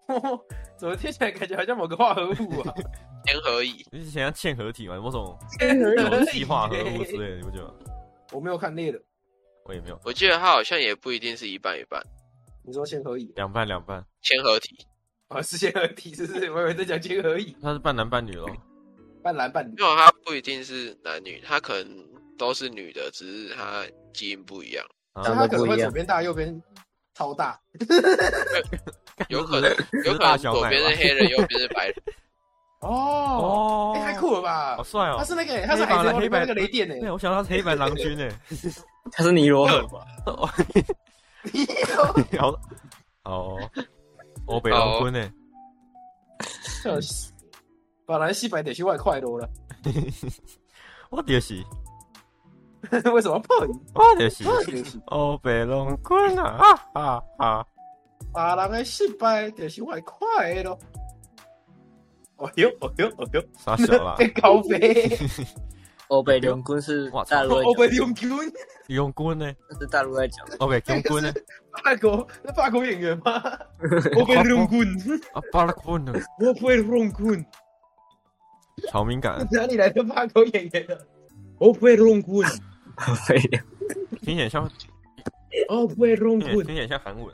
B: 哦，怎么听起来感觉好像某个化合物啊？
D: 嵌合蚁。
A: 你以前像嵌合体嘛，某种
B: 有
A: 有机化合物之类的，你不觉得吗？
B: 我没有看那个，
A: 我也没有，
D: 我记得他好像也不一定是一半一半，
B: 你说先合乙
A: 两半两半，
D: 嵌合体。
B: 啊？是先合体，是不是？ 我以为在讲先合乙，
A: 他是半男半女 咯。
B: 半男半女
D: 没。有，他不一定是男女，他可能都是女的，只是他基因不一样，
A: 啊
B: 所以
E: 长
B: 他
E: 得
B: 可能
E: 不
B: 会
E: 一
B: 左
E: 样
B: 边大，右边超大。
D: 有 可能有可
A: 大
D: 能
A: 小
D: 左
A: 奶
D: 边
A: 吧
D: 是黑人，右边是白人。
B: 哦，
A: 哦
B: 哎，太酷了吧
A: 好！帅哦！
B: 他是那个，他是海贼王里面那个雷电欸
A: 对，
B: 呢。
A: 我想到他是黑白郎君诶，
E: 他是尼罗河吧？
A: 好，哦，欧北郎君诶，
B: 笑死！本来西白得去外快多了，
A: 我就是，
B: 为什么破音？
A: 我就是
B: 破 音！
A: 欧北郎君啊！啊啊！
B: 把人的失败就是我的快乐。哦哟哦哟哦哟，
A: 傻小啦，
B: 在高飞，
E: 欧北龙棍是
A: 哇操
E: 大陆在
B: 我
E: 讲
B: 被用 Q
A: 用棍呢？
E: 这是大陆在讲 的。
A: 欧北用棍呢？
B: 法国那法国演员吗？ 我被用棍，
A: 啊，巴拉棍呢？
B: 我被用棍，
A: 超敏感，
B: 哪里来的法国演员呢？我被用棍，
E: 欧北龙
A: 听起来像，
B: 我被用
A: 听起来听起来
B: 棍，
A: 像韩文。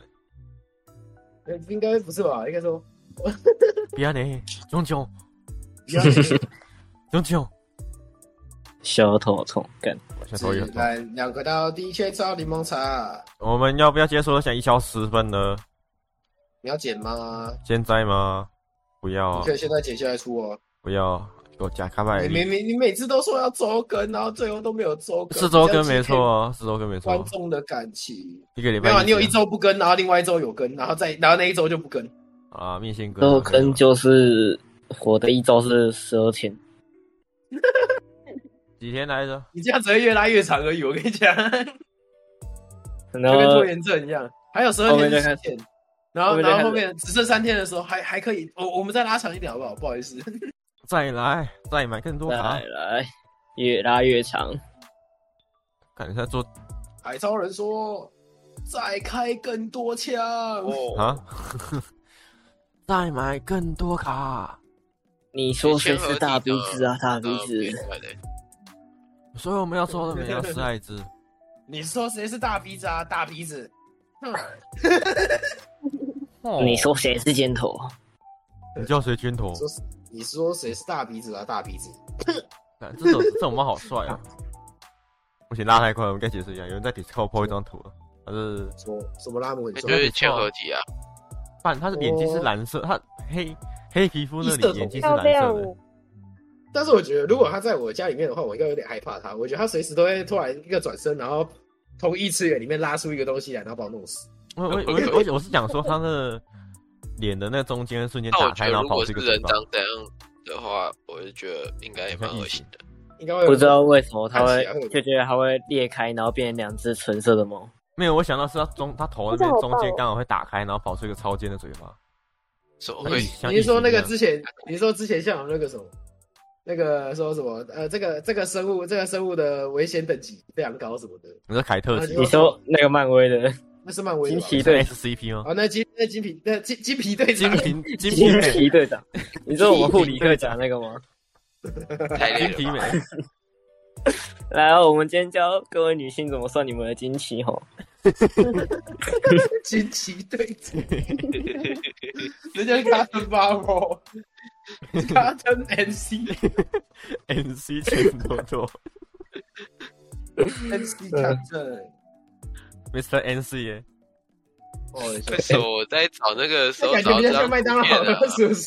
B: 应该不是吧？应该说，
A: 别呢，炯炯炯炯，
E: 小头痛，干
A: 现在头 也很痛。
B: 来哎两个到第一圈烧柠檬茶，
A: 我们要不要接受想一小时分呢？
B: 你要剪吗？
A: 现在吗？不要
B: 你
A: 啊
B: 可，以现在剪下来出哦。
A: 不要，给我加卡拜
B: 你明
A: 里。
B: 哎明你每次都说要周更，然后最后都没有周更，
A: 是周更
B: 这
A: 没
B: 样子可以
A: 错，是周更没
B: 观
A: 错，哦
B: 众的感情。
A: 一个礼
B: 没
A: 拜
B: 有啊，你有一周不更，然后另外一周有更，然后再然后那一周就不更。
A: 啊，面线哥
E: 周更就是我的一周是十二天，
A: 几天来着？
B: 你这样只会越拉越长而已，我跟你 讲，就
E: 然后
B: 跟拖延症一样。还有十二
E: 后
B: 天的
E: 面再
B: 期
E: 看
B: 限，然后
E: 后面再
B: 然后后
E: 看
B: 面只剩三天的时候还还可以，我我们再拉长一点好不好？不好意思，
A: 再来，再买更多
E: 再
A: 卡。
E: 来越拉越长，
A: 感觉在做
B: 海超人说再开更多枪，
D: 哦，
A: 啊， 再买更多卡。
E: 你说谁是大鼻子啊？大鼻子，
A: 所以我们要抽的每要十爱 只，
B: 你说谁是大鼻子啊？大鼻子，哼，
A: 哦
E: 你说谁是尖头？
A: 你叫谁军头？
B: 说你说谁是大鼻子啊？大鼻子，
A: 干这种这种猫好帅啊！不行，拉太快了，我们该解释一下。有人在 Discord po 一张图了，他是
B: 说什么拉姆很
D: 那
B: 重
D: 就
B: 要
D: 是嵌合体啊，
A: 半，他的眼睛是蓝色，他黑黑皮肤那
B: 一色
A: 里
B: 头
A: 眼睛是
C: 漂
A: 蓝色
C: 亮，哦
A: 的。
B: 但是我觉得，如果他在我家里面的话，我应该有点害怕他。我觉得他随时都会突然一个转身，然后从异次元里面拉出一个东西来，然后把我弄死。
A: 我我我我我是想说他的脸的那中间瞬间
D: 那
A: 打
D: 我觉
A: 开，
D: 得
A: 然
D: 如
A: 后跑
D: 果
A: 出
D: 是
A: 一个
D: 人
A: 嘴巴。
D: 长这样的话，我就觉得应该也蛮恶心的。
B: 应该会
E: 不知道为什么它
B: 看
E: 会
B: 起来会有
E: 就觉得它会裂开，然后变成两只纯色的猫。
A: 没有，我想到是他中他头那边中
E: 哦
A: 间刚好会打开，然后跑出一个超尖的嘴巴。
D: 怎么
A: 会
D: 会
A: 嗯像
B: 你是说那
A: 异形一
B: 个
A: 样
B: 之前，你是说之前像那个什么，那个说什么呃，这个这个生物，这个生物的危险等级非常高什么的，
A: 你说凯特级
B: 对
E: 你说那个漫威的
B: 那是漫威的
E: 惊
B: 吧。
E: 奇
A: 是
E: 队
A: SCP 吗？
B: 哦，那金那金皮那金金皮队
A: 金
B: 长，
A: 瓶金
E: 惊
A: 瓶
E: 奇
A: 美，
E: 队 长，你说我们护理队长那个吗？
D: 太累
A: 金瓶
D: 了吧？
A: 美，
E: 来哦，我们今天教各位女性怎么算你们的惊奇吼。
B: 金奇队长，人家是 Carton Marvel，Carton NC
A: NC 钱多多
B: NC Carton。
A: ，Mr. NC 耶，
B: 哦，
D: 为什么我在找那个时
B: 这
D: 候
B: 感觉
D: 找
B: 比
D: 这
B: 较
D: 张
B: 像麦当劳
D: 图片啊
B: 的叔叔。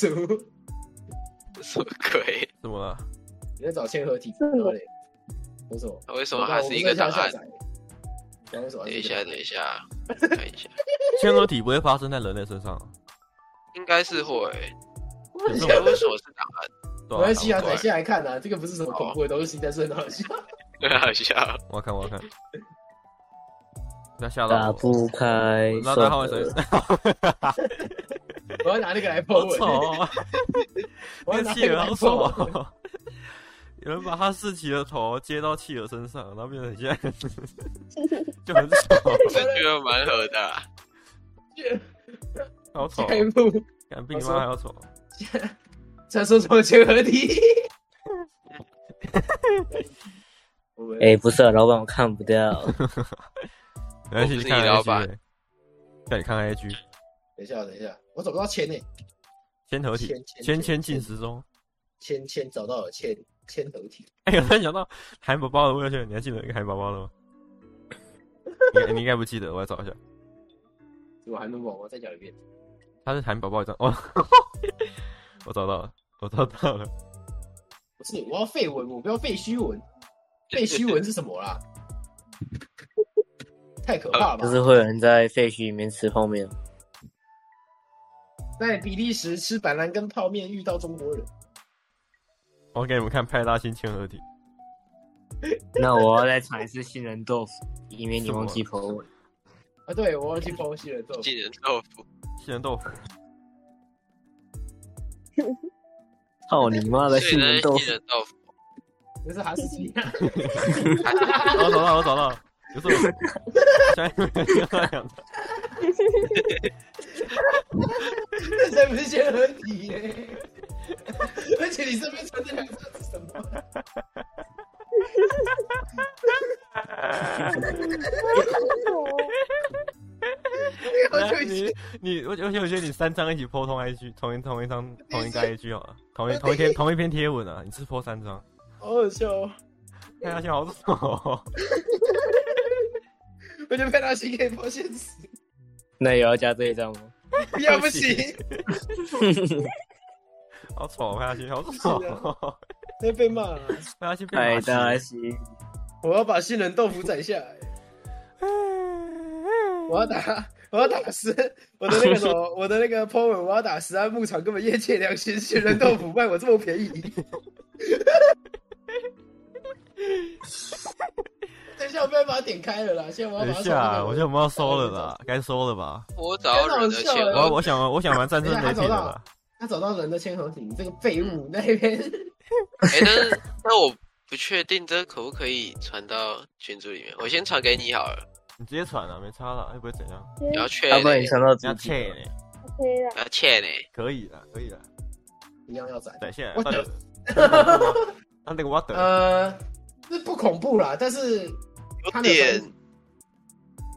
D: 什么鬼？
A: 怎么了？
B: 你在找嵌合体，
C: 是
B: 然后嘞，说什么？
D: 为什么它是一个档
B: 想下
D: 案？
B: 载。然后什么？
D: 等一下，等一下，看一下，
A: 嵌合体不会发生在人类身上，啊
D: 应该是会。
B: 我
D: 你
B: 想
D: 为什么是档案？
A: 对吧
B: 没哦关系啊，载下来看啊，这个不是什么恐怖的东西，但是很好笑。
D: 很好笑。
A: 我要看，我要看。不要吓到
E: 打
A: 我！
E: 不开
A: 我知道
E: 手
A: 大家会谁
E: 的，？
B: 我要拿那个来破
A: 好
B: 尾，
A: 丑哦！
B: 我要
A: 那个
B: 拿那
A: 企
B: 个
A: 鹅
B: 来
A: 好
B: 破
A: 丑
B: 尾。
A: 哦！ 有人把哈士奇的头接到企鹅身上，然后变成现在就很
D: 这
A: 丑，
D: 觉得蛮合的啊、
A: 好丑
B: 下！一幕，
A: 敢比你妈还要丑！
B: 传说中的全合 体。我们
E: 哎、不是啊，老板，我看不掉。
A: 没关系，
D: 我不
A: 你
D: 是
A: 看
D: 你
A: A
D: 老
A: G，
D: 板
A: 叫你看 A G，
B: 等一下，等一下，我找不到签呢。
A: 先合体，
B: 签
A: 先先进时钟。
B: 签签找到了签签合体，
A: 哎、我突然想到海宝宝的问卷，你还记得那个海宝宝的 吗？你你应该不记得，我来找一下。
B: 我还能宝宝再讲一遍。
A: 他是海绵宝宝一张， 哦，我找到了，我找到了。
B: 不是，我要废文，我不要废虚文。废虚文是什么啦？ 太可怕了
E: 就
B: 吧！
E: 呃是会有人在废墟里面吃泡面，
B: 在比利时吃板蓝根泡面遇到中国人，
A: 我给你们看派大星嵌合体，
E: 那我要再尝一次杏仁豆腐，以免你忘记口 味。
B: 啊，对我忘记剖析了，豆腐
D: 杏仁豆腐，
A: 杏仁豆腐，
E: 操哦你妈
D: 所
E: 的
D: 以
E: 杏仁
D: 呢，
E: 豆腐
D: 杏！仁豆腐，
B: 这是哈士奇。啊
A: 哦 我找到了，我找到了，不 是我。下一位又来两张，
B: 这才不是先合体耶！ 而且你这边穿这两张是什么？我就已经
A: 哎你你我我我觉得你三张一起 po 同 IG，同一同一张同一个 IG 好了，同一同一篇同一篇贴文啊，你是 po 三张，
B: 好好笑哦！
A: 派大星好丑、哦，
B: 我就看到新可以破现实，
E: 那也要加这一张 吗？
B: 不要不行，
A: 好丑哦，派大星好丑、哦，
B: 会被骂啊。
A: 派大星变
E: 派
A: 马戏了
E: 大星，
B: 我要把杏仁豆腐斩下来，我要打，我要打十，我的那个什 么，我的那个 po 文，我要打十安牧场，根本业界良心，杏仁豆腐卖我这么 便宜。等一下，我不要把它点开了啦！现在我要
A: 等
B: 把
A: 一
B: 它
A: 下啊，我觉得我们要收了啦
B: 了，
A: 该收了吧？
D: 我找到人的 钱
B: 对
A: 我
D: 包，
A: 我想玩我想玩战
B: 哎
A: 争媒体了啦，
B: 他找到人的签合体，你这个废
D: 嗯
B: 物那边，
D: 哎、但是那我不确定这可不可以传到群组里面，我先传给你好了，
A: 你直接传了，没差了，又不会怎样。
D: 你要确
E: 要不
D: 认
E: 然哎你，上到
A: 你
E: 主
A: 要
E: 题
A: 切
E: 了，
A: 呢？
C: OK 了，
D: 要欸确认，
A: 可以的，可以的。
B: 一样要斩。
A: 等一下，
B: 我
A: 到底
B: 等
A: 那那个我等，
B: 呃，这不恐怖啦，但是他
D: 有
B: 没有
D: 点，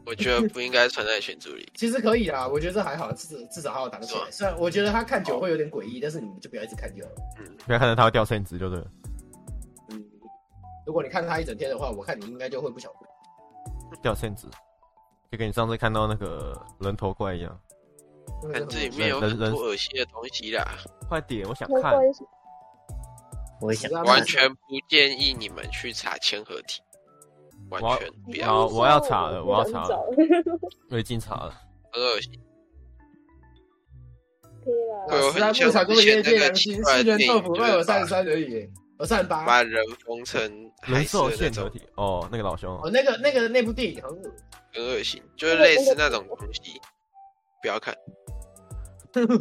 D: 我觉得不应该传在群组 里。
B: 其实可以啦，我觉得这还好，至至少还有打得起来。虽然我觉得他看久会有点诡异，但是你们就不要一直看就好了。
A: 不要看到它会掉称值就对了。
B: 嗯，如果你看他一整天的话，我看你应该就会不想回。
A: 掉称值，就跟你上次看到那个人头怪一样。
D: 看这里面有很多恶心的东西啦，
A: 快点，我想
C: 不
A: 看
C: 好。意思，
E: 我想
D: 完全不建议你们去查签合体，完全不要，
A: 好我要查了我要查了
C: 了。
A: 我已经查了，
D: 很恶心。
C: 可以了，
D: 对我
B: 十
D: 很
B: 三牧场
D: 像
B: 根
D: 之前那
B: 本业界
D: 个
B: 良
D: 奇
B: 心，
D: 怪的
B: 杏仁
D: 电
B: 豆
D: 影
B: 腐
D: 就是
B: 卖我
D: 把
B: 三十三而已，我三十八。
D: 把人封成
A: 人
D: 海狮
A: 兽
D: 的那
A: 线合
D: 种，
A: 体。哦，那个老兄哦，
B: 哦，那个那个那部电影好像是
D: 很恶心，就是类似那种东西，不要看，
B: 不要看，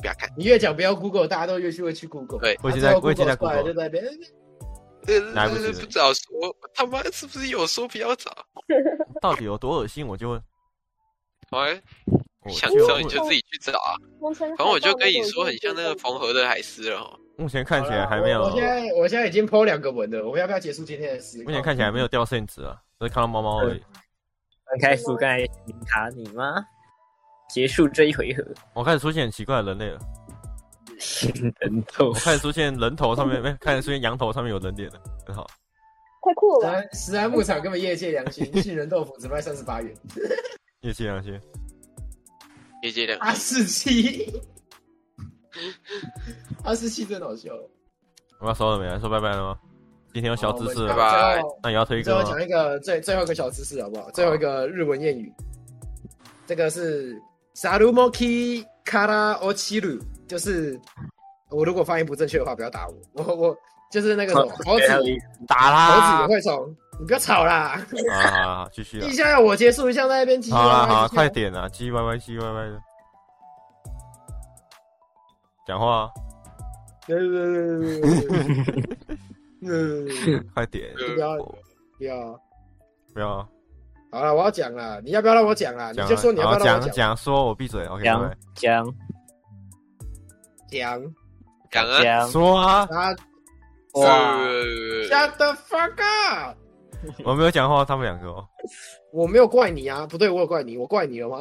D: 不要看，
B: 你越讲不要 Google，大家都越去会去 Google。
D: 对
A: 我已经在我已经在
B: Google 出来
A: Google
B: 就
A: 了
B: 在那边。
D: 这
A: 来不及了
D: 呃这不早说，他妈是不是有说不要找？
A: 到底有多恶心，我就问。
D: 哎，
A: 我
D: 想
A: 就
D: 找你就自己去找啊，
C: 蒙城海
D: 反
C: 报
D: 正我就跟你
C: 那个
D: 说，
C: 我已
D: 很
C: 经
D: 像那个缝合的海狮了哦。
A: 目前看起来还没有，
B: 我我现
A: 目
B: 在我现在已经剖两个文了，我们要不要结束今天的事？
A: 前看起来还没有掉圣值啊，只是看到猫猫而已。
E: 开始刚才卡你妈，结束这一回合，
A: 我开始出现很奇怪的人类 了，
E: 杏仁豆
A: 我
E: 腐。
A: 开始出现人头上面，没有开始出现羊头上面有人脸了，很好。
C: 太酷
B: 十
C: 了吧，
B: 安十安牧场根本业界 良心，杏仁豆腐只卖三十八元，
A: 谢谢良心，
D: 叶界两
B: 八十七，八十七真好笑。哦
A: 我要收了没？要说拜拜了吗？今天有小知识
B: 好
A: 了
D: 拜拜
A: 吧？
B: 我们
A: 那也要推
B: 最
A: 歌
B: 后
A: 吗
B: 讲？一个最最后一个小知识好不好？最后一个日文谚语，这个是 “sarumoki kara ochiru”，就是我如果发音不正确的话，不要打我，我我就是那个什么猴子，
C: 打
B: 猴
C: 他
B: 子也！会从，你不要吵啦，
A: 啊，好啦好啦继续啊
B: 一，下要我结束，一下在那边急。
A: 好啦好啦，快！点啊，唧唧歪歪唧唧歪歪的，讲话啊，
B: 嗯，
A: 快点，
B: 不要不要，
A: 不要
B: 好了，我要讲了，你要不要让我讲啊？你
A: 讲
B: 就说你
A: 了，
B: 要不
A: 好
B: 要让我
A: 讲
B: 讲？
A: 讲说，我闭嘴，OK，
E: 讲
A: 拜
E: 讲
B: 讲
D: 讲啊，
A: 拜
E: 讲，
A: 说啊，
B: 啊
E: 哇，
D: 呃
B: ，shut the fuck up！
A: 我没有讲话，他们两个哦，
B: 我没有怪你啊，不对，我有怪你，我怪你了吗？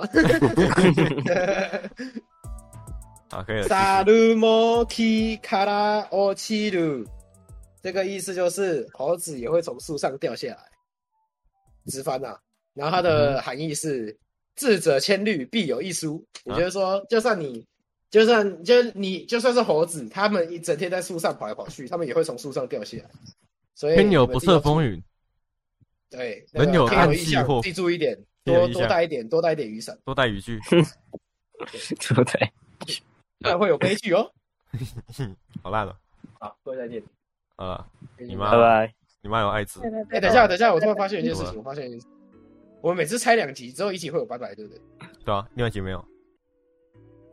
A: 好， 可以了，继
B: 萨
A: 续
B: 鲁莫基卡拉奥奇鲁，这个意思就是猴子也会从树上掉下来，直翻呐、然后它的含义是“智者千虑，必有一疏”，也就是
A: 啊
B: 说，就算你，就算就是你，就算是猴子，他们一整天在树上跑来跑去，他们也会从树上掉下来。所以
A: 天有不测风
B: 雨，
A: 云，
B: 对，
A: 人
B: 那个
A: 有
B: 天
A: 暗
B: 意
A: 器
B: 象
A: 或
B: 记住一点，
A: 天有
B: 多
A: 意
B: 多
A: 象
B: 带一点，多带一点雨伞，
A: 多带 语句，
E: 对不对？
B: 不然会有悲剧哦。
A: 好烂了，
B: 好，各位再见。
A: 呃，你
E: 拜
A: 妈
E: 拜。
A: 你妈有艾
C: 嗯
A: 滋，
C: 哦
B: 哎、等一下，等一下，我突然发现一件事情，我发现一件事情，我们每次拆两集之后一集会有拜拜，对不对？
A: 对啊，另外一集没有，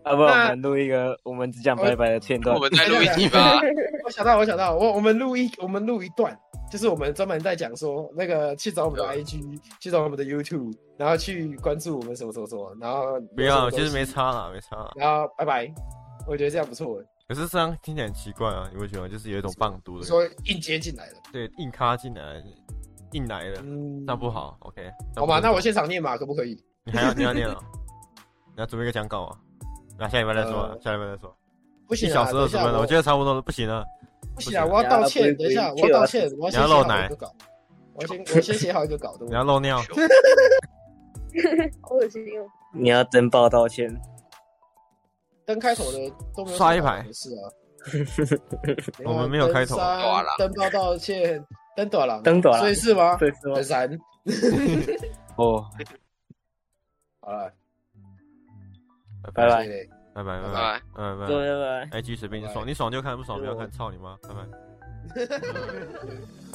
E: 要啊不然
B: 那
E: 我们录一个我们只讲拜拜的片段
D: 我，们再录一集吧。
B: 我想到，我想到，我我们录一我们录一段，就是我们专门在讲说那个去找我们的
A: 啊
B: IG，去找我们的 YouTube，然后去关注我们什么什么什么，然后
A: 不要，
B: 有什
A: 其
B: 么东
A: 实
B: 西
A: 没，差啦，没差啦，
B: 然后拜拜，我觉得这样不错，
A: 可是这样听起来很奇怪啊，你不觉得吗？就是有一种棒读的感觉，
B: 说硬接进来了，
A: 对，硬咖进来，硬来了，
B: 嗯，
A: 那不，好，OK，
B: 好吧，
A: 不
B: 那我现场念嘛，可不可以？
A: 你还要你要念啊，你要准备一个讲稿啊，那下礼拜再说啊，
B: 呃
A: 下礼拜再说。
B: 不
A: 一
B: 行啊，
A: 小时
B: 等
A: 二
B: 一
A: 十
B: 下
A: 分钟，我觉得差不多了，不行了。
B: 不行啊，我要道歉，等一下，我要道歉，我要先写好一个稿，我先我先写好一个稿，对
A: 你
B: 不
A: 要漏尿，
G: 好恶心哦！
E: 你要登报道歉，
B: 灯开头的都没有
A: 刷一排。
B: 是啊
A: 我们没有开头
B: 登山
D: 短了
B: 登报道歉，登短了，
E: 登短了
B: 所以是吗？
E: 对是吗
B: 登？山
E: 哦，
B: 好了，
E: 拜拜
B: 谢谢
A: 拜拜拜拜
D: 拜
A: 拜
D: 拜。
E: 拜
A: 拜拜。
E: 拜拜。
A: IG 随便你
B: 拜拜
A: 爽，你爽就看，不爽不要看，操你妈，拜拜。
B: 对